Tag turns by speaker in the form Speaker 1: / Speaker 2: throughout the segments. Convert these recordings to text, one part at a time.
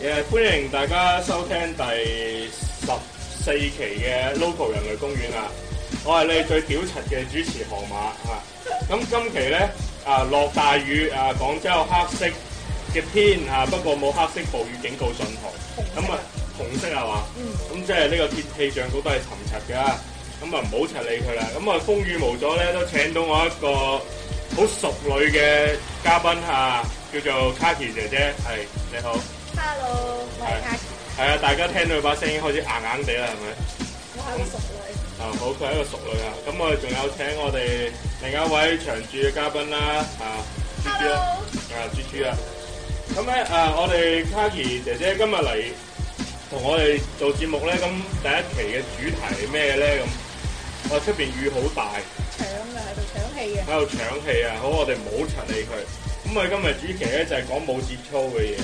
Speaker 1: 誒，歡迎大家收聽第十四期嘅 Local 人類公園啊！我係你哋最屌柒啊嘅主持河馬啊！咁今期咧啊落大雨啊，廣州有黑色嘅天啊，不過冇黑色暴雨警告信號。咁啊，紅色係嘛？咁即係呢個天氣象局都係沉柒㗎，咁啊唔好柒理佢啦。咁啊風雨無阻咧，都請到我一個好熟女嘅嘉賓啊，叫做 Kaki 姐姐，係你好。
Speaker 2: Hello，我係 Kaki，
Speaker 1: 係啊，大家聽到佢把聲已經開始硬硬地啦，係咪？
Speaker 2: 我係個熟女，
Speaker 1: 啊，好，佢係一個熟女啊。咁我哋仲有請我哋另一位長駐嘅嘉賓啦，啊，豬豬啦，啊，豬豬啦。咁咧，啊，我哋 Kaki 姐姐今日嚟同我哋做節目咧，咁第一期嘅主題係咩咧？咁我出邊雨好大，
Speaker 2: 搶嘅喺度搶戲嘅，
Speaker 1: 喺度搶氣啊！好，我哋唔好柒理佢。咁啊我哋今日主題咧就係講冇節操嘅嘢，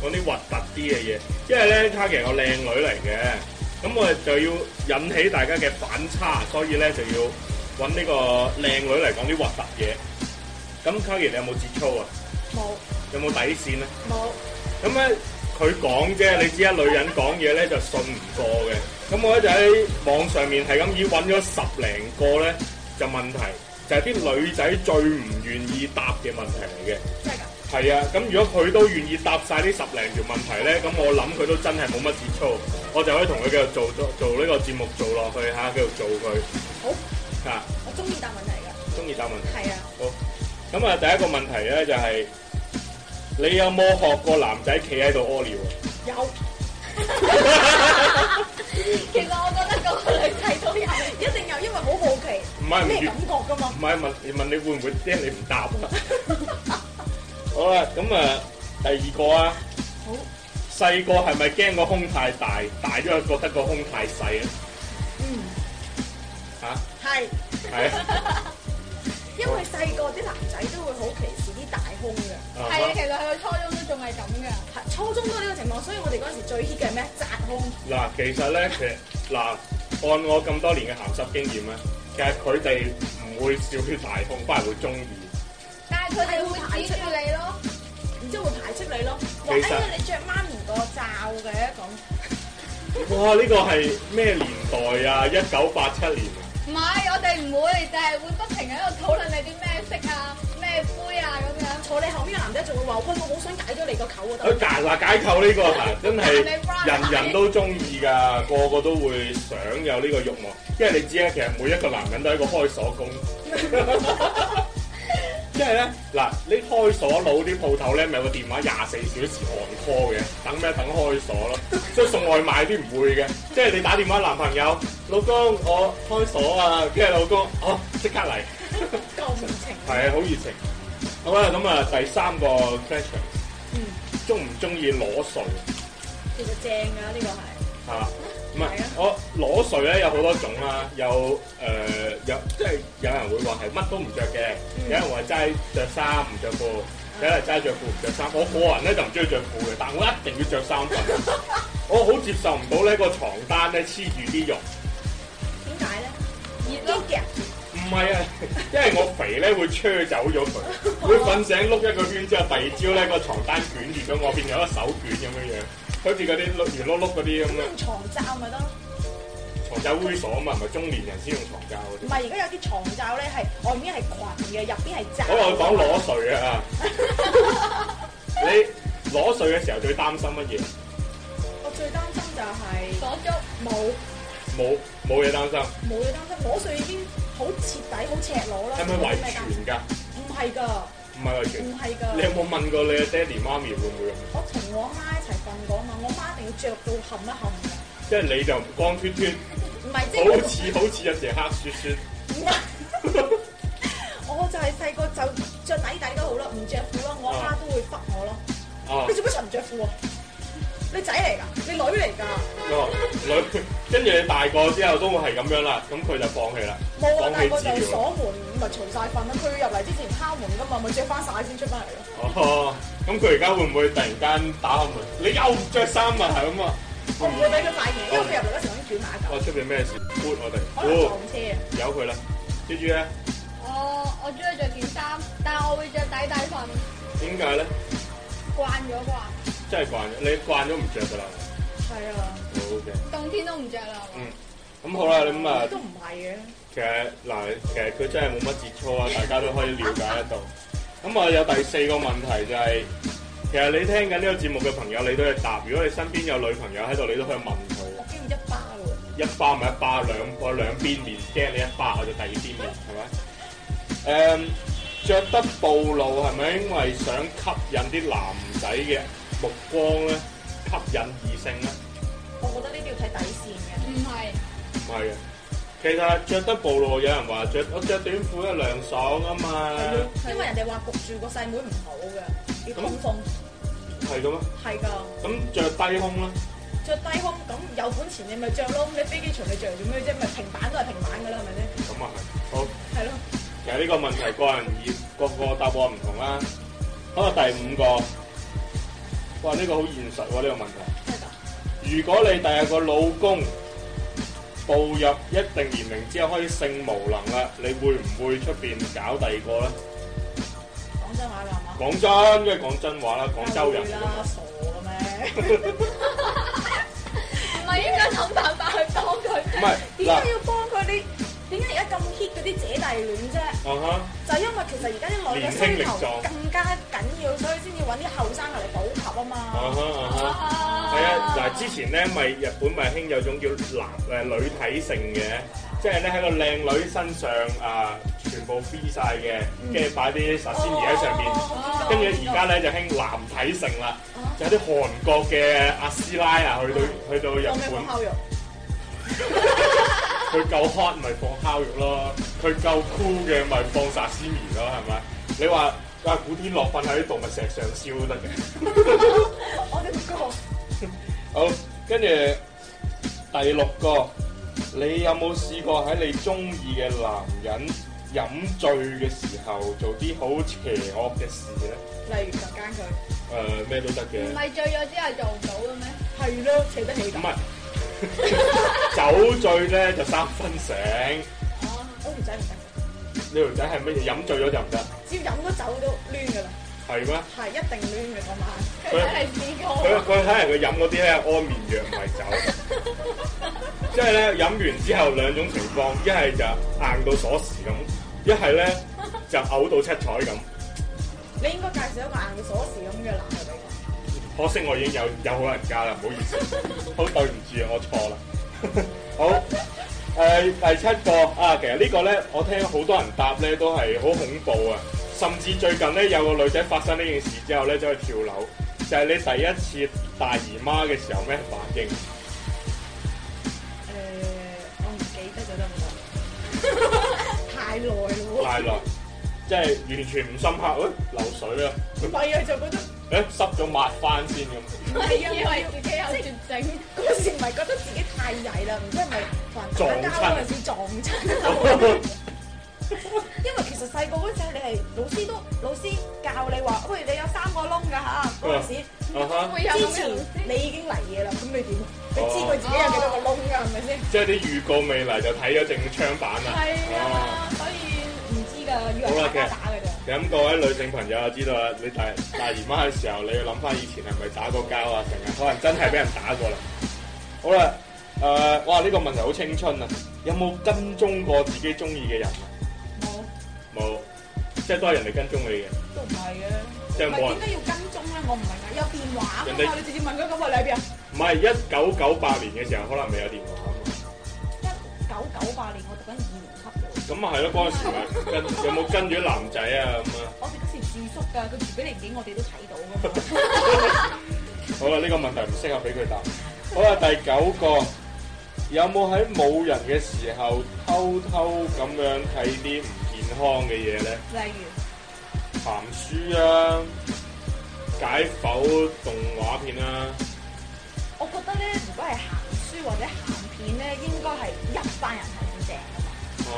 Speaker 1: 講啲核突啲嘅嘢。因為咧，卡奇係個靚女嚟嘅，咁我哋就要引起大家嘅反差，所以咧就要揾呢個靚女嚟講啲核突嘢。咁卡奇，你有冇節操啊？
Speaker 2: 冇
Speaker 1: 有冇底線啊咧？
Speaker 2: 冇，
Speaker 1: 咁咧佢講啫，你知啦，啊女人講嘢咧就信唔過嘅。咁我咧就喺網上面係咁已揾咗十零個咧，就問題就係、啲女仔最唔願意答嘅問題嚟嘅。
Speaker 2: 真係㗎，
Speaker 1: 係啊，咁如果佢都願意答晒呢十零條問題咧，咁我諗佢都真係冇乜節操，我就可以同佢繼續做做做呢個節目做落去嚇，繼續做佢
Speaker 2: 好，
Speaker 1: 啊，
Speaker 2: 我中意答問題㗎，
Speaker 1: 中意答問題。
Speaker 2: 係啊，
Speaker 1: 好，咁啊，第一個問題咧就係、你有冇學過男仔企喺度屙尿啊？
Speaker 2: 有。其實我覺得個個女仔都有，一定有，因為好好奇，
Speaker 1: 唔係唔
Speaker 2: 咩
Speaker 1: 願
Speaker 2: 感覺㗎嘛
Speaker 1: 唔，係問問你會唔會驚你唔答啊？好啦，咁啊，第二個啊，
Speaker 2: 好
Speaker 1: 細個係咪驚個胸太大，大咗又覺得個胸太細啊？
Speaker 2: 嗯
Speaker 1: 嚇、
Speaker 2: 係，
Speaker 1: 係啊，
Speaker 2: 因為細個啲男仔都會好歧視啲大胸嘅。
Speaker 1: 啊
Speaker 3: 係啊，其實佢到初中都仲係咁噶。
Speaker 2: 係初中都呢個情況，所以我哋嗰陣時最 hit 嘅係咩？窄胸，
Speaker 1: 嗱，其實咧，其實嗱，按我咁多年嘅鹹濕經驗咧，其實佢哋唔會笑於大胸，反而會中意。
Speaker 3: 但係佢哋會指住你咯，
Speaker 2: 然之後會排斥你咯。話
Speaker 1: 其實
Speaker 2: 哎呀，你着媽咪個罩嘅咁，
Speaker 1: 哇！呢、個係咩年代啊？一九八七年啊！
Speaker 3: 唔係我哋唔會，就係會不停喺度討論你啲咩色啊、咩杯啊咁樣。
Speaker 2: 坐你後面嘅男仔仲會話：喂，我好想解咗你個扣啊！得唔
Speaker 1: 佢
Speaker 2: 得
Speaker 1: 解嗱解構呢、個嗱，真係人人都中意㗎，個個都會想有呢個慾望，因為你知啦，其實每一個男人都係一個開 鎖工，即係咧嗱，呢開鎖佬啲鋪頭咧，咪有個電話廿四小時 on call 嘅，等咩等開鎖咯，所以送外賣啲唔會嘅，即係你打電話男朋友，老公我開鎖啊，跟住老公哦即刻嚟，
Speaker 2: 夠唔情。
Speaker 1: 係啊好熱情。好啦，咁啊第三個 question，
Speaker 2: 嗯，
Speaker 1: 中唔中意裸睡？
Speaker 2: 其實正㗎呢個係。
Speaker 1: 係嘛？唔係
Speaker 2: 係啊
Speaker 1: 我裸睡咧有好多種啦，有誒、呃有即係有人會話係乜都唔着嘅，
Speaker 2: 嗯
Speaker 1: 有人話齋着衫唔着褲，有人齋着褲唔着衫。我個人咧就唔中意着褲嘅，但我一定要着衫 瞓。我好接受唔到咧個床單咧黐住啲肉，
Speaker 2: 點解咧？
Speaker 3: 熱
Speaker 2: 都
Speaker 3: 咯，
Speaker 2: 夾
Speaker 1: 唔係啊，因為我肥咧會吹走咗佢，會瞓醒碌一個圈之後，第二朝咧個床單捲住咗我，變咗一手卷咁樣樣，好似嗰啲碌圓碌碌嗰啲咁
Speaker 2: 咁
Speaker 1: 樣。
Speaker 2: 用床罩咪得咯。
Speaker 1: 床罩猥瑣啊嘛，唔係中年人先用床罩嗰啲
Speaker 2: 唔。係而家有啲床罩咧係外面係裙嘅，入邊係罩。
Speaker 1: 好，我講裸睡啊！你裸睡嘅時候最擔心乜嘢？
Speaker 2: 我最擔心就係
Speaker 3: 鎖足
Speaker 2: 冇
Speaker 1: 冇冇嘢擔心，
Speaker 2: 冇嘢擔心，裸睡已經好徹底、好赤裸啦。
Speaker 1: 係咪遺傳㗎？
Speaker 2: 唔係㗎，
Speaker 1: 唔係遺傳
Speaker 2: 唔。係
Speaker 1: 你有
Speaker 2: 㗎。
Speaker 1: 冇問過你嘅爹哋媽咪會唔會用？
Speaker 2: 我同我媽一齊瞓過啊嘛，我媽一定要着到冚一冚㗎。
Speaker 1: 即係你就光脱脱，
Speaker 2: 唔係即係
Speaker 1: 好似好似有隻黑雪雪。
Speaker 2: 唔係，我就係細個就着底底都好啦，唔着褲啦，我阿媽都會屈我咯。
Speaker 1: 哦
Speaker 2: 你，做乜柒唔着褲啊？你仔嚟㗎，你女嚟㗎。
Speaker 1: 哦女，跟住你大個之後都會係咁樣啦，咁佢就放棄啦，
Speaker 2: 冇啊
Speaker 1: 放，
Speaker 2: 但
Speaker 1: 棄
Speaker 2: 係佢
Speaker 1: 治
Speaker 2: 就
Speaker 1: 療啦。
Speaker 2: 鎖門，咪除晒瞓啦。佢入嚟之前敲門噶嘛，咪着翻晒先出翻嚟咯。
Speaker 1: 哦，咁佢而家會唔會突然間打開門？你又唔着衫啊？係咁啊？
Speaker 2: 我唔會俾佢發現，因為佢入嚟嗰時候已經捲埋一嚿，
Speaker 1: 我出邊咩事？潑我哋，
Speaker 2: 可
Speaker 1: 哦
Speaker 2: 能撞車啊。
Speaker 1: 由佢啦。
Speaker 2: 哎
Speaker 1: 豬豬咧，
Speaker 3: ờ, 我我中意着件衫，但係我會着底底瞓。
Speaker 1: 點解咧？
Speaker 3: 誒、慣咗啩，
Speaker 1: 真係慣咗，你慣咗唔着噶啦。
Speaker 2: 係啊，
Speaker 1: 好嘅，
Speaker 3: 冬天都唔着啦。係嘛
Speaker 1: 嗯，咁好啦，咁啊，
Speaker 2: 都唔係嘅，
Speaker 1: 其實嗱，其實佢真係冇乜節操啊，大家都可以了解得到。咁啊，有第四個問題就係、其實你聽緊呢個節目嘅朋友，你都係答。如果你身邊有女朋友喺度，你都可以問
Speaker 2: 我
Speaker 1: 佢，
Speaker 2: 驚一巴喎，
Speaker 1: 一巴咪一巴，兩個兩邊面驚你一巴，我就第二邊面，係咪？誒、着得暴露係咪因為想吸引啲男仔嘅目光咧，吸引異性咧？
Speaker 2: 我覺得呢啲要睇底線嘅。
Speaker 3: 唔係，
Speaker 1: 唔係嘅，其實着得暴露，有人話着我着短褲一涼爽啊嘛，
Speaker 2: 因為人哋話焗住個細妹唔好嘅，要通風，
Speaker 1: 係嘅咩？
Speaker 2: 係㗎。
Speaker 1: 咁着低胸啦，
Speaker 2: 着低胸咁有本錢你咪着咯，咁你飛機場你着嚟做咩啫？咪平板都係平板㗎啦，係咪先？
Speaker 1: 咁啊係。好，
Speaker 2: 係咯，
Speaker 1: 其實呢個問題個人以個個答案唔同啦。好啊，第五個，哇！呢、個好現實喎、呢、個問題。
Speaker 2: 係㗎。
Speaker 1: 如果你第日個老公步入一定年齡之後開始性無能啦，你會唔會出邊搞第二個咧？
Speaker 2: 講真話啦，係嘛？
Speaker 1: 講真，梗係講真話啦，廣州人嚟
Speaker 2: 梗係會
Speaker 1: 㗎
Speaker 2: 啦
Speaker 1: 嘛，
Speaker 2: 傻嘅咩？
Speaker 3: 唔係應該諗辦法去幫佢。
Speaker 1: 唔係
Speaker 2: 點
Speaker 1: 嗱，
Speaker 2: 解要幫佢啲？點解而家咁 hit 嗰啲姐弟戀啫？
Speaker 1: 啊哈。
Speaker 2: 就係因為其實而家啲女嘅需求更加緊要，所以先要揾啲後生嚟補及啊
Speaker 1: 啊
Speaker 2: 嘛。
Speaker 1: 哈啊哈
Speaker 3: 啊
Speaker 1: 係啊，嗱，之前咧咪日本咪興有種叫男誒、女體性嘅，即係咧喺個靚女身上啊、全部 B 晒嘅，跟住擺啲沙
Speaker 2: 我
Speaker 1: 鮮魚喺上邊，跟住而家咧就興男體性啦，就有啲韓國嘅阿師奶啊去到去到日
Speaker 2: 我咪
Speaker 1: 本
Speaker 2: 講，後肉，
Speaker 1: 佢夠 hot 咪放烤肉咯，佢夠 cool 嘅咪放沙鮮魚咯，係咪？你話啊古天樂瞓喺啲動物石上燒都得嘅。
Speaker 2: 我哋個
Speaker 1: 好，跟住第六個，你有冇試過喺你中意嘅男人飲醉嘅時候做啲好邪惡嘅事咧？
Speaker 2: 例如強姦佢，
Speaker 1: 誒、咩都得
Speaker 3: 唔
Speaker 1: 嘅，
Speaker 3: 係醉咗之後做唔到嘅咩？
Speaker 2: 係咯，扯得起
Speaker 1: 唔
Speaker 2: 㗎。
Speaker 1: 係 酒醉咧就三分醒，
Speaker 3: 哦，
Speaker 2: 我條仔唔得，
Speaker 1: 呢條仔係乜嘢？飲醉咗就唔得，
Speaker 2: 只要飲咗酒都攣㗎啦，
Speaker 1: 係咩？
Speaker 2: 係一定攣嘅嗰晚。
Speaker 3: 佢真係試過
Speaker 1: 佢佢睇人佢飲嗰啲咧安眠藥唔係酒，即係咧飲完之後兩種情況，一係就硬到鎖匙咁，一係咧就嘔到七彩咁。
Speaker 2: 你應該介紹一個硬嘅鎖匙咁嘅男嘅俾我。
Speaker 1: 可惜我已經有有好人家啦，唔好意思，好對唔住啊，我錯啦。好，誒、第七個啊，其實呢個咧，我聽好多人答咧都係好恐怖啊，甚至最近咧有個女仔發生呢件事之後咧，走去跳樓，就係、你第一次大姨媽嘅時候咩反應？
Speaker 2: 誒，我唔記得咗得唔得？ 太耐咯
Speaker 1: 大落，即係完全唔深刻，誒、流水啊，
Speaker 2: 喎，唔係啊，就覺
Speaker 1: 誒、
Speaker 2: 得
Speaker 1: 濕咗抹翻先咁，
Speaker 3: 唔係以為自己有絕症，
Speaker 2: 嗰時唔係覺得自己太曳啦，唔知係咪同人打交嗰陣時撞親。 因為其實細個嗰陣時你係老師都老師教你話，喂你有三個窿㗎嚇嗰陣時，
Speaker 1: 啊哈，
Speaker 3: 會有
Speaker 2: 之
Speaker 3: 咁
Speaker 2: 前
Speaker 3: 嘅老師
Speaker 2: 你已經嚟嘢啦，咁你點啊？你知佢自己有幾多個窿㗎係咪先？
Speaker 1: 即係啲預告未嚟就睇咗正槍版啦。
Speaker 3: 係
Speaker 1: 哦
Speaker 3: 啊，所以
Speaker 2: 唔知㗎，以為大家打㗎咋。
Speaker 1: 咁各位女性朋友就知道啦，你大大姨媽嘅時候，你要諗翻以前係咪打過交啊？成日可能真係俾人打過啦。好啦，誒、哇！呢、個問題好青春啊！有冇跟蹤過自己中意嘅人啊？
Speaker 2: 冇，
Speaker 1: 冇，即係都係人哋跟蹤你嘅，
Speaker 2: 都唔係嘅。
Speaker 1: 即係
Speaker 2: 唔係
Speaker 1: 冇人
Speaker 2: 點。解要跟蹤咧？我唔明啊！有電話
Speaker 1: 人
Speaker 2: 㗎
Speaker 1: 哋
Speaker 2: 嘛？你直接問佢咁話你喺邊啊？
Speaker 1: 唔係一九九八年嘅時候，可能未有電話啊嘛。
Speaker 2: 一九九八年我讀緊二年級嘅喎，
Speaker 1: 咁啊係咯，嗰陣時咪跟有冇跟住啲男仔啊咁啊？
Speaker 2: 我哋嗰時住宿㗎，佢住俾零幾，我哋都睇到㗎嘛。
Speaker 1: 好啦，呢、個問題唔適合俾佢答。好啦，第九個，有冇喺冇人嘅時候偷偷咁樣睇啲唔健康嘅嘢咧？
Speaker 2: 例如
Speaker 1: 鹹書啊，解剖動畫片啊，
Speaker 2: 我覺得咧，如果係鹹書或者鹹片咧，應該係一班人睇先正㗎嘛。
Speaker 1: 啊，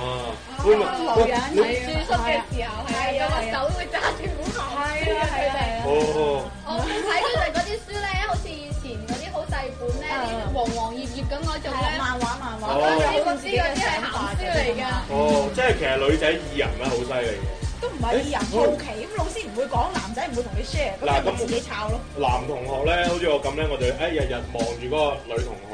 Speaker 1: 會唔
Speaker 2: 啊
Speaker 1: 會
Speaker 2: 女人
Speaker 1: 你
Speaker 2: 係
Speaker 3: 住宿嘅時候係啊，個手會揸住本韓書嘅佢哋。
Speaker 1: 哦，
Speaker 3: 我睇佢哋嗰啲書咧，好似以前嗰啲好細本咧，黃黃頁頁咁嗰種
Speaker 2: 係
Speaker 3: 咧，
Speaker 2: 漫畫漫畫，啊
Speaker 1: 哦
Speaker 2: 我覺得有自己嘅想法㗎嘛
Speaker 3: 我知嗰啲係鹹書嚟㗎
Speaker 1: 哦，即係其實女仔二人咧好犀利嘅，
Speaker 2: 都唔係係人
Speaker 1: 誒
Speaker 2: 好奇，咁老師唔會講，男仔唔會同你 share，咁
Speaker 1: 嗱
Speaker 2: 你咪
Speaker 1: 咁
Speaker 2: 自己抄咯。
Speaker 1: 男同學咧，好似我咁咧，我就誒日日望住嗰個女同學，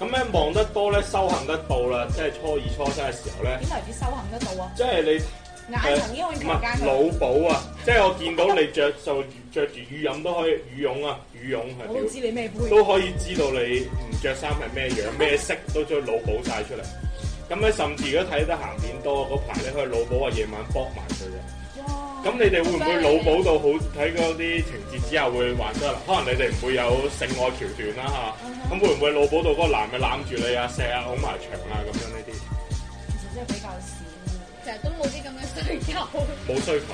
Speaker 1: 咁咧望得多咧，修行得到啦，即係初二初三嘅時候咧，
Speaker 2: 點為之修行得到啊？
Speaker 1: 即係你
Speaker 2: 眼神已經可以強
Speaker 1: 唔
Speaker 2: 奸
Speaker 1: 係
Speaker 2: 佢。
Speaker 1: 老保啊，即係我見到你着就着住羽絨都可以，羽絨啊，羽絨係
Speaker 2: 我都
Speaker 1: 屌
Speaker 2: 知你咩杯。
Speaker 1: 都可以知道你唔着衫係咩樣咩色，都將老保晒出嚟。咁咧，甚至如果睇得鹹片多嗰排咧，佢老保啊夜晚搏埋佢嘅。
Speaker 2: 哇
Speaker 1: 咁你哋會唔會腦補到好睇嗰啲情節之後會幻想？可能你哋唔會有性愛橋段啦嚇，咁會唔會腦補到嗰個男嘅攬住你啊、錫啊、拱埋牆啊咁樣呢啲？
Speaker 2: 其實真係比較少。
Speaker 3: 成日都冇啲咁嘅需求。
Speaker 1: 冇需求，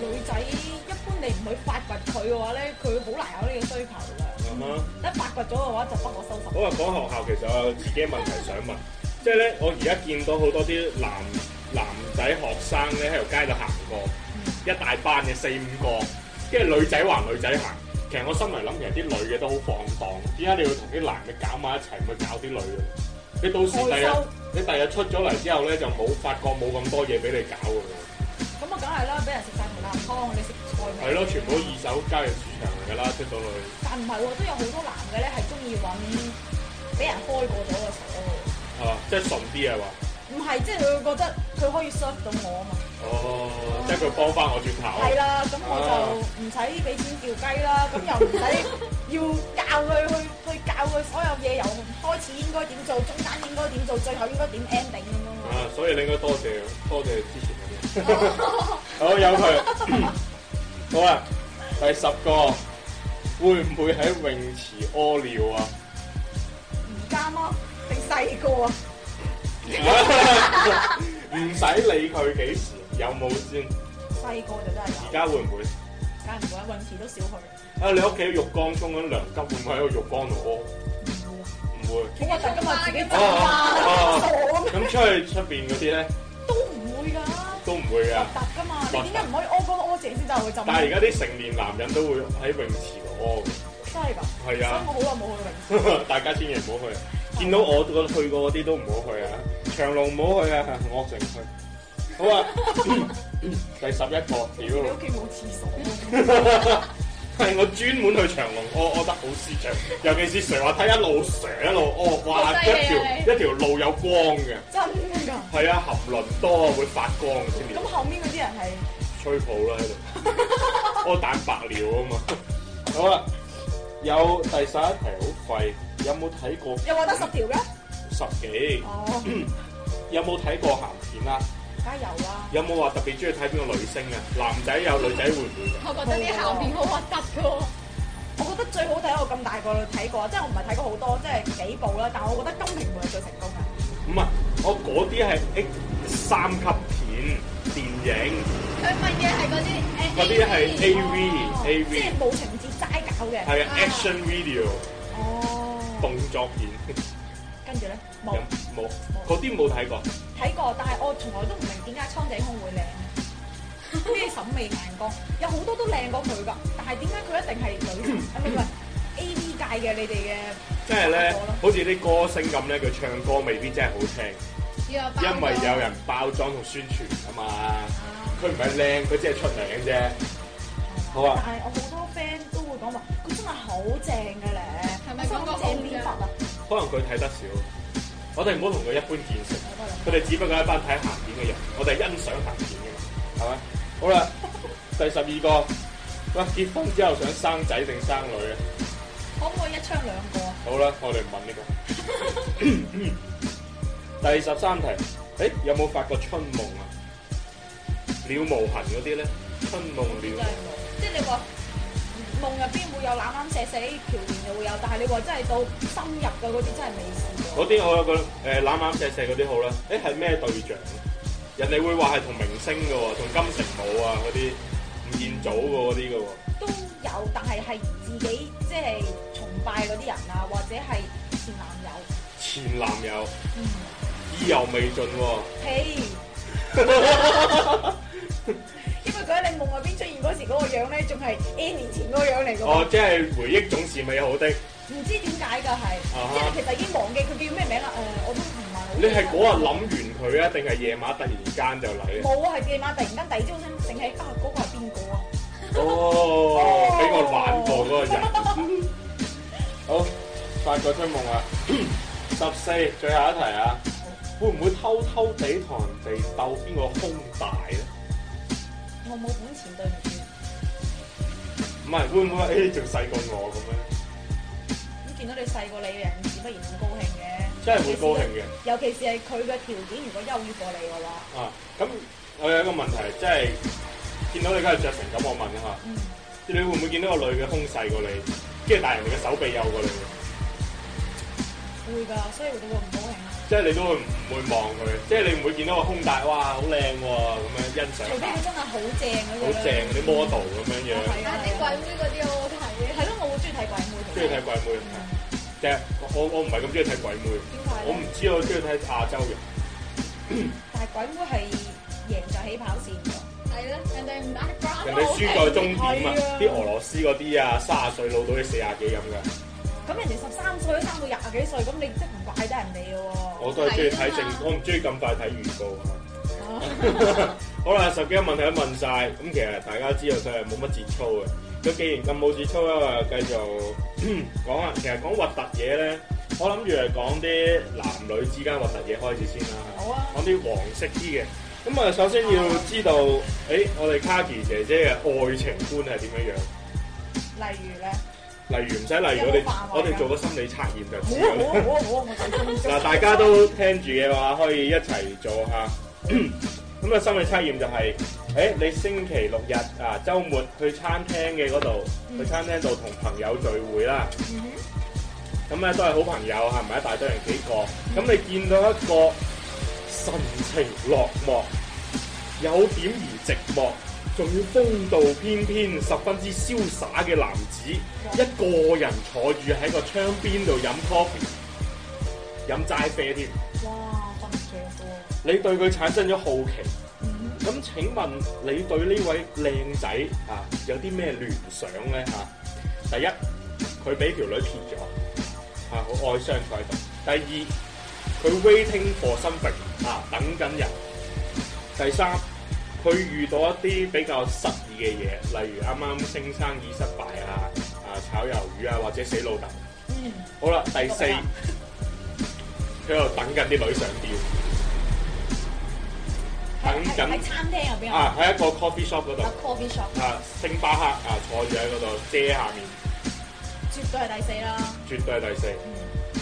Speaker 2: 女仔一般你唔去發掘佢嘅話咧，佢好難有呢個需求㗎。
Speaker 1: 啊哈
Speaker 2: 一發掘咗嘅話，就不可收拾。
Speaker 1: 好啊，講學校其實我有自己問題想問，即係咧，我而家見到好多啲男男仔學生咧喺條街度行過，一大班嘅四五個，跟住女仔還女仔行。其實我心嚟諗，其實啲女嘅都好放蕩，點解你要同啲男嘅搞埋一齊，咪搞啲女嘅？你到時第
Speaker 2: 害
Speaker 1: 日
Speaker 2: 羞
Speaker 1: 你第日出咗嚟之後咧，就冇發覺冇咁多嘢俾你搞㗎
Speaker 2: 咁啊，梗係啦，俾人食晒同啖湯，你食菜
Speaker 1: 喎。係
Speaker 2: 味。
Speaker 1: 咯，全部都二手交易市場嚟㗎啦，出到去。
Speaker 2: 但唔係喎，都有好多男嘅咧係中意揾俾人開過咗嘅手。
Speaker 1: 係嘛？即係順啲啊話，
Speaker 2: 唔係，即係佢會覺得佢可以 serve 到我啊嘛。
Speaker 1: 哦，即係佢幫翻我轉頭。
Speaker 2: 係啊啦，咁我就唔使俾錢叫雞啦，咁又唔使要教佢去去教佢所有嘢，由開始應該點做，中間應該點做，最後應該點 ending 咁樣
Speaker 1: 啊
Speaker 2: 咯。，
Speaker 1: 所以你應該多謝多謝之前嗰啲。好有佢。好啦，第十個會唔會喺泳池屙尿啊？
Speaker 2: 而家嗎？定細個啊？
Speaker 1: 唔使理佢幾時有冇先，
Speaker 2: 細個就真係
Speaker 1: 而
Speaker 2: 有，
Speaker 1: 家會唔會？
Speaker 2: 梗係唔會啦，泳池都少去。
Speaker 1: 啊，你屋企浴缸沖緊涼急，會唔會喺個浴缸度屙？唔會。
Speaker 2: 好核突㗎嘛，自己浸
Speaker 1: 哦
Speaker 2: 啊，
Speaker 1: 哦
Speaker 2: 傻咁
Speaker 1: 咁出去出邊嗰啲咧
Speaker 2: 都唔會㗎，
Speaker 1: 都唔會㗎。
Speaker 2: 核突㗎嘛，你點解唔可以屙乾屙淨先走去浸？
Speaker 1: 但係而家啲成年男人都會喺泳池度屙嘅。
Speaker 2: 真係㗎，所以
Speaker 1: 係啊
Speaker 2: 我好耐冇去泳池。
Speaker 1: 大家千祈唔好去，見到我個去過嗰啲都唔好去啊！長隆唔好去啊，我城去。好 啊，第十一個，
Speaker 2: 你
Speaker 1: 屌
Speaker 2: 屋，企冇廁所㗎？
Speaker 1: 係我專門去長隆屙，屙得好舒暢，尤其是成日睇一路成一路屙，哇！
Speaker 3: 好
Speaker 1: 一
Speaker 3: 犀利啊
Speaker 1: 條一條路有光嘅，
Speaker 2: 真㗎？
Speaker 1: 係啊，含磷多會發光嘅先
Speaker 2: 咁
Speaker 1: 至，
Speaker 2: 後面嗰啲人係
Speaker 1: 吹泡啦喺 度，屙蛋白尿啊嘛。好啦，有第十一題好廢，有冇睇過
Speaker 2: 又話得十條㗎？
Speaker 1: 十幾？
Speaker 2: 哦，
Speaker 1: 嗯有冇睇過鹹片啊？
Speaker 2: 梗係有啦。
Speaker 1: 有冇話特別中意睇邊個女星啊？男仔有，女仔會唔會㗎？
Speaker 3: 我覺得啲鹹片好核突㗎喎。
Speaker 2: 我覺得最好睇我咁大個睇過，即係我唔係睇過好多，即係幾部啦。但係我覺得《金瓶梅》係最成功嘅。
Speaker 1: 唔係，啊我嗰啲係 X 三級片電影，
Speaker 3: 佢問嘅係嗰啲
Speaker 1: 嗰
Speaker 3: 誒
Speaker 1: 啲係 A V
Speaker 3: 哦
Speaker 1: A
Speaker 2: 即係
Speaker 1: V
Speaker 2: 冇情節齋搞嘅。
Speaker 1: 係啊
Speaker 3: 啊
Speaker 1: action video
Speaker 2: 哦，
Speaker 1: 動作片，
Speaker 2: 跟住咧
Speaker 1: 有
Speaker 2: 冇
Speaker 1: 冇嗰啲冇睇過。
Speaker 2: 睇過，但係我從來都唔明點解蒼井空會靚，咩審美眼光，有好多都靚過佢㗎。但係點解佢一定係女？啊唔係唔係 A V 界嘅你哋嘅
Speaker 1: 即係咧
Speaker 2: 冇啦，
Speaker 1: 好似啲歌星咁咧，佢唱歌未必真係好聽，
Speaker 3: 要有
Speaker 1: 因為有人包裝同宣傳啊嘛。佢唔係靚，佢只係出名啫。好啊
Speaker 2: 但係我好多 friend 都會講話，佢真係好正嘅咧，
Speaker 3: 係咪
Speaker 2: 我心諗
Speaker 3: 嗰個
Speaker 2: 正邊忽啊？
Speaker 1: 可能佢睇得少，我哋唔好同佢一般見識。佢哋只不過係一班睇鹹片嘅人，我哋係欣賞鹹片嘅嘛，係咪？好啦，第十二個，喂，結婚之後想生仔定生女啊？
Speaker 2: 可唔可以一槍兩個啊？
Speaker 1: 好啦，我哋唔問呢、個。第十三題，誒有冇發過春夢啊？了無痕嗰啲咧，春夢
Speaker 2: 真
Speaker 1: 了
Speaker 2: 係冇，即係你話夢入邊會有攬攬射射，橋段又會有，但係你話真係到深入嘅嗰啲真係未試過。
Speaker 1: 嗰啲，我有個誒呃攬攬錫錫嗰啲好啦。誒係咩對象？啊人哋會話係同明星嘅喎，同金城武啊嗰啲，吳彥祖嘅嗰啲嘅喎。
Speaker 2: 都有，但係係自己即係崇拜嗰啲人啊，或者係前男友。
Speaker 1: 前男友
Speaker 2: 嗯，
Speaker 1: 意猶未盡喎、
Speaker 2: 譬如因為佢喺你夢入邊出現嗰時嗰個樣咧，仲係 N 年前嗰個樣嚟嘅喎。
Speaker 1: 哦，即係回憶總是美好的。
Speaker 2: 唔知點解㗎係，
Speaker 1: 啊哈
Speaker 2: 即係你其實已經忘記佢叫咩名啦。誒、我都唔係好
Speaker 1: 你係嗰日諗完佢啊，定係夜晚突然間就嚟啊？
Speaker 2: 冇啊，係夜晚突然間第二朝先醒起啊，嗰個係邊個啊？
Speaker 1: 哦，俾我玩過嗰個人。好，發個春夢啦。十四，最後一題啊，會唔會偷偷地同人哋鬥邊個胸大咧？
Speaker 2: 我冇本錢對唔
Speaker 1: 唔
Speaker 2: 住，
Speaker 1: 係，會唔會誒仲細過我咁樣？
Speaker 2: 咁見到你細過你嘅人，自不然咁高興嘅。
Speaker 1: 真係會高興嘅。
Speaker 2: 尤其是係佢嘅條件如果優越過你嘅話，
Speaker 1: 啊，咁我有一個問題，即係見到你今日着成咁，我問一下，
Speaker 2: 嗯，
Speaker 1: 你會唔會見到個女嘅胸細過你，跟住但係人哋嘅手臂幼過你，
Speaker 2: 會㗎，所以我都會唔高興。
Speaker 1: 即係啊你都會唔會望佢？即係你唔會見到個胸大，哇，好靚喎，咁樣欣賞
Speaker 2: 除非
Speaker 1: 下，
Speaker 2: 佢真係好正嗰
Speaker 1: 好
Speaker 2: 啲啦
Speaker 1: 正嗰啲 model 咁樣樣，
Speaker 2: 係啊
Speaker 3: 但，啲鬼妹嗰啲好好睇嘅，
Speaker 2: 係咯，我好中意睇鬼妹嘅。
Speaker 1: 中意睇鬼妹。即係我我唔係咁中意睇鬼妹，
Speaker 2: 點解
Speaker 1: 我唔
Speaker 2: 咧？
Speaker 1: 知我中意睇亞洲人。
Speaker 2: 但係鬼妹係贏在起跑線㗎。
Speaker 3: 係啦，人哋唔打 g
Speaker 1: 人哋輸在終點啊
Speaker 2: 係啊！
Speaker 1: 啲俄羅斯嗰啲啊，三十歲老到你四廿幾咁嘅，
Speaker 2: 咁人哋十三歲都生到廿幾歲，咁你即係唔怪得人哋嘅喎。
Speaker 1: 我都係中意睇
Speaker 3: 係啊嘛
Speaker 1: 正，我唔中意咁快睇預告啊。
Speaker 2: 啊
Speaker 1: 好啦，十幾個問題都問晒，咁其實大家知道佢係冇乜節操嘅。咁既然咁冇節操咧，我就繼續講啊。其實講核突嘢咧，我諗住係講啲男女之間核突嘢開始先啦，
Speaker 2: 好啊，
Speaker 1: 講啲黃色啲嘅。咁啊，首先要知道，誒、我哋 Kaki 姐姐嘅愛情觀係點樣樣？
Speaker 2: 例如咧，
Speaker 1: 例如唔使例如，我
Speaker 2: 有
Speaker 1: 哋
Speaker 2: 冇範圍啊
Speaker 1: 我哋做個心理測驗就知
Speaker 2: 好
Speaker 1: 㗎
Speaker 2: 啊
Speaker 1: 啦
Speaker 2: 好啊好啊好啊，我最中意。
Speaker 1: 嗱，大家都聽住嘅話，可以一齊做下。 咁啊，心理測驗就係、誒、你星期六日啊，週末去餐廳嘅嗰度，
Speaker 2: 嗯
Speaker 1: 去餐廳度同朋友聚會啦。
Speaker 2: 嗯哼嗯
Speaker 1: 咁咧都係好朋友嚇，唔係一大堆人幾個。咁你見到一個神情落寞、有點而寂寞，仲要風度翩翩、十分之瀟灑嘅男子，一個人坐住喺個窗邊度飲 coffee，飲齋啡添。
Speaker 2: 哇，瞓著喎。
Speaker 1: 你對佢產生咗好奇，
Speaker 2: 嗯
Speaker 1: 咁請問你對呢位靚仔啊有啲咩聯想咧嚇、第一，佢俾條女撇咗，啊好哀傷佢喺度。第二，佢 waiting for something 啊等緊人。第三，佢遇到一啲比較失意嘅嘢，例如啱啱升生意失敗啊，啊炒魷魚啊，或者死老豆。
Speaker 2: 嗯，
Speaker 1: 好啦，第四，
Speaker 2: 我明啦
Speaker 1: 佢喺度等緊啲女上吊，
Speaker 2: 喺
Speaker 1: 等
Speaker 2: 喺
Speaker 1: 緊
Speaker 2: 喺。餐廳入邊啊
Speaker 1: 啊，喺一個 coffee shop 嗰度
Speaker 2: 啊，coffee shop
Speaker 1: 啊，星巴克啊，坐住喺嗰度遮下面，
Speaker 2: 絕對係第四啦。
Speaker 1: 絕對係第四，
Speaker 2: 嗯，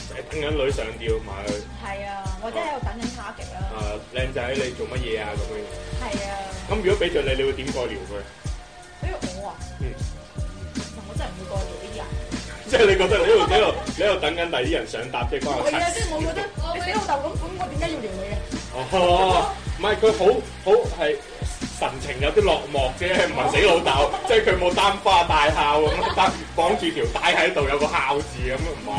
Speaker 1: 就係等緊女上吊埋去。
Speaker 2: 係啊，或者喺度等緊 target
Speaker 1: 啊
Speaker 2: 啦。，
Speaker 1: 靚仔你做乜嘢啊咁樣？
Speaker 2: 係啊，
Speaker 1: 咁如果俾着你，你會點過撩佢？
Speaker 2: 因為我啊，
Speaker 1: 嗯
Speaker 2: 其實我真係唔會過嚟呢啲人。
Speaker 1: 即係你覺得你喺度喺度你喺度等緊第啲人上搭，即係關我
Speaker 2: 係啊，
Speaker 1: 柒
Speaker 2: 即
Speaker 1: 事
Speaker 2: 係我覺得
Speaker 3: 我
Speaker 2: 你死老豆咁咁，我點解要撩你啊？
Speaker 1: 哦，唔係佢好好係神情有啲落寞啫，唔係死老豆，即係佢冇擔花大孝咁樣，擔綁住條帶喺度有個孝字咁，唔係，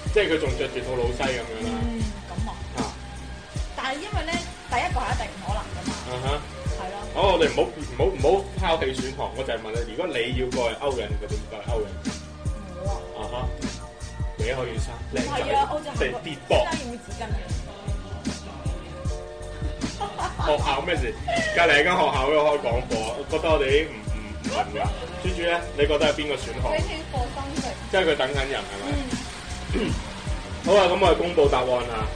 Speaker 1: 即係佢仲着住套老西咁樣啦。
Speaker 2: 嗯，咁啊，
Speaker 1: 啊
Speaker 2: 但係因為咧，第一個係一定唔可能噶嘛，
Speaker 1: 啊哈！
Speaker 2: 係咯。
Speaker 1: 哦，我哋唔好唔好唔好拋棄選項，我就係問你，如果你要過去勾引，佢點過去勾引？
Speaker 2: 我啊，
Speaker 1: 啊哈！你可以生
Speaker 2: 唔
Speaker 1: 靚
Speaker 2: 係啊，我就
Speaker 1: 仔，成
Speaker 2: 係個
Speaker 1: 跌
Speaker 2: 真
Speaker 1: 膊
Speaker 2: 係用紙巾啊嘅。
Speaker 1: 學校咩事？隔離間學校都開廣播，我覺得我哋唔唔唔問㗎。豬豬咧，你覺得係邊個選項？
Speaker 3: waiting for something。
Speaker 1: 即係佢等緊人係咪？ 好啊，咁我哋公佈答案啦。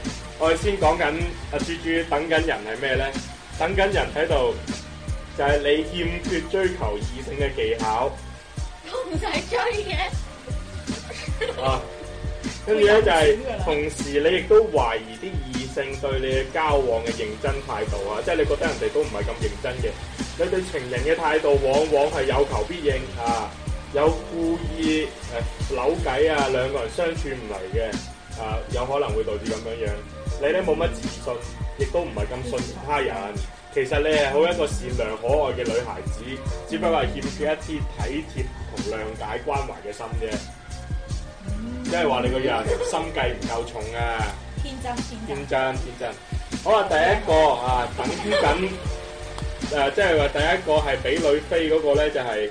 Speaker 1: 我哋先講緊阿豬豬等緊人係咩咧？等緊人喺度，就係、你欠缺追求異性嘅技巧
Speaker 3: 我唔使追嘅，
Speaker 1: 啊。跟住咧就係、同時你亦都懷疑啲異性對你嘅交往嘅認真態度啊，即係你覺得人哋都唔係咁認真嘅。你對情人嘅態度往往係有求必應啊，有故意誒、扭計啊，兩個人相處唔嚟嘅啊，有可能會導致咁樣樣。你咧冇乜自信，亦都唔係咁信其他人。其實你係好一個善良可愛嘅女孩子，只不過係欠缺一啲體貼同諒解關懷嘅心啫。即係話你個人心計唔夠重啊，
Speaker 2: 天真天
Speaker 1: 天
Speaker 2: 真，
Speaker 1: 真天真。好啦，第一個啊，等緊誒、即係話第呃一個係俾女飛嗰個咧，就係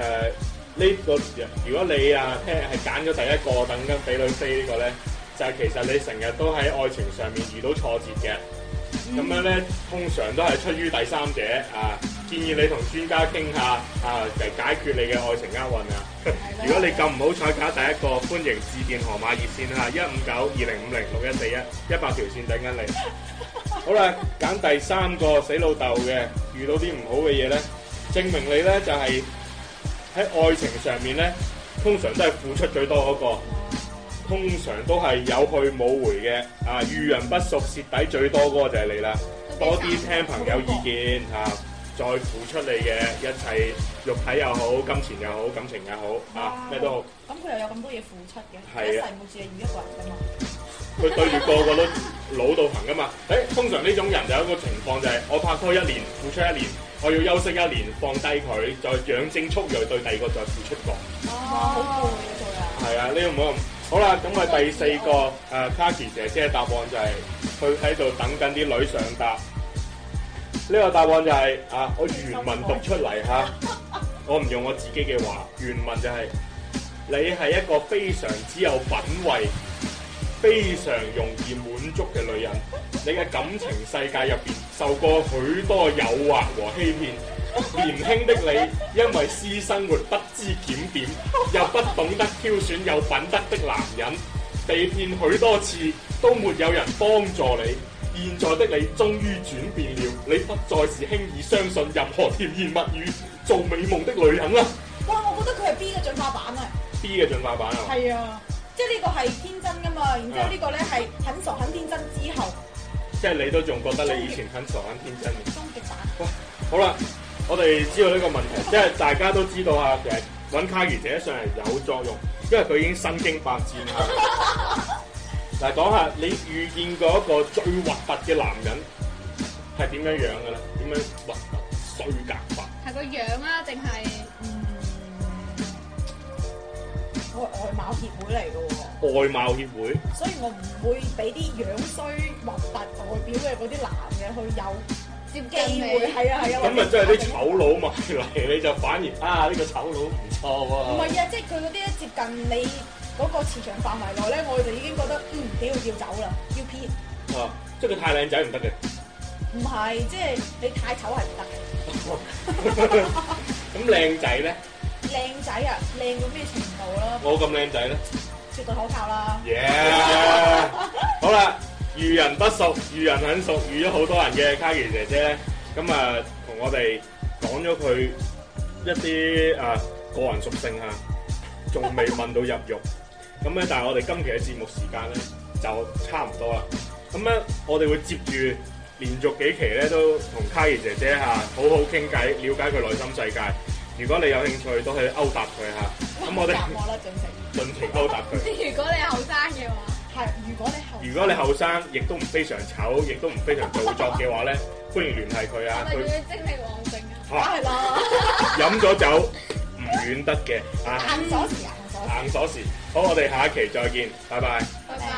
Speaker 1: 誒呢個。如果你啊聽係揀咗第一個等緊俾女飛呢個咧，就係、其實你成日都喺愛情上面遇到挫折嘅，咁樣咧通常都係出於第三者啊。建議你同專家傾下啊，嚟解決你嘅愛情厄運啊！ 如果你咁唔好彩搞第一個，歡迎致電河馬熱線嚇一五九二零五零六一四一一百條線等緊你。好啦，揀第三個死老豆嘅，遇到啲唔好嘅嘢咧，證明你咧就係、喺愛情上面咧，通常都係付出最多嗰、個，通常都係有去冇回嘅啊，遇人不淑蝕底最多嗰個就係你啦。多啲聽朋友意見嚇、啊再付出你嘅一切，肉體又好，金錢又好，感情又好啊，咩都好。
Speaker 2: 咁佢又有咁多嘢付出嘅，
Speaker 1: 係啊
Speaker 2: 一世冇試係遇一個人㗎嘛。
Speaker 1: 佢對住個個都老到行噶嘛。誒、通常呢種人就有一個情況就係、我拍拖一年，付出一年，我要休息一年，放低佢，再養精蓄鋭，對第二個再付出過。
Speaker 2: 哇，好攰啊，做人。
Speaker 1: 係啊，呢個唔好咁。好啦，咁啊第四個誒、Kaki 姐姐嘅答案就係佢喺度等緊啲女上答。呢、個答案就係、啊，我原文讀出嚟嚇，我唔用我自己嘅話，原文就係、你係一個非常之有品味、非常容易滿足嘅女人。你嘅感情世界入邊受過許多誘惑和欺騙。年輕的你因為私生活不知檢點，又不懂得挑選有品德的男人，被騙許多次都沒有人幫助你。現在的你終於轉變了，你不再是輕易相信任何甜言蜜語、做美夢的女人啦。
Speaker 2: 哇，我覺得佢係 B 嘅進化版啊。
Speaker 1: B 嘅進化版係嘛？
Speaker 2: 係啊，即係呢個係天真㗎嘛，然之後呢個咧係很傻很天真之後
Speaker 1: 即係你都仲覺得你以前很傻很天真嘅。
Speaker 2: 終極版。
Speaker 1: 好啦，我哋知道呢個問題，即係大家都知道啊，其實揾卡兒姐上嚟有作用，因為佢已經身經百戰啦。嗱，講下你遇見過一個最核突嘅男人係點樣樣嘅咧？點樣核突衰格法？
Speaker 3: 係個樣啊，定係
Speaker 2: 嗯，我係外貌協會嚟㗎喎。
Speaker 1: 外貌協會
Speaker 2: 所以我唔會俾啲樣衰、核突、外表嘅嗰啲男嘅去有
Speaker 3: 接近
Speaker 2: 機
Speaker 3: 你？
Speaker 2: 會，係啊係啊。
Speaker 1: 咁咪真係啲醜佬埋嚟，你就反而啊呢、個醜佬唔錯
Speaker 2: 唔
Speaker 1: 喎、
Speaker 2: 係啊，即係佢嗰啲一接近你嗰個磁場範圍內咧，我就已經覺得嗯，屌要走啦，要撇。
Speaker 1: 啊，即係佢太靚仔唔得嘅。
Speaker 2: 唔係，即係你太醜係唔得嘅。
Speaker 1: 咁靚仔咧，
Speaker 2: 靚仔啊，靚到咩程度啦？
Speaker 1: 我咁靚仔咧？
Speaker 2: 絕對可靠啦。
Speaker 1: 耶！好啦，遇人不熟，遇人很熟，遇咗好多人嘅卡奇姐姐咧，咁啊同我哋講咗佢一啲啊個人屬性啊，仲未問到入獄。咁咧，但係我哋今期嘅節目時間咧就差唔多啦。咁咧，我哋會接住連續幾期咧都同卡奇姐姐嚇好好傾偈，了解佢內心世界。如果你有興趣，都可以勾搭佢嚇。咁我哋
Speaker 2: 夾我啦，正成。
Speaker 1: 盡情勾搭佢。
Speaker 3: 如果你後生嘅話，
Speaker 2: 係，如果你後
Speaker 1: 如果你後生，亦都唔非常醜，亦都唔非常做作嘅話咧，歡迎聯繫佢啊！
Speaker 3: 我哋
Speaker 1: 佢
Speaker 3: 要精力旺盛啊！
Speaker 2: 梗係啦，
Speaker 1: 飲咗酒唔遠得嘅啊！
Speaker 2: 硬鎖匙啊，硬鎖匙。
Speaker 1: 硬鎖匙，好，我哋下一期再見，拜拜。
Speaker 3: 拜拜。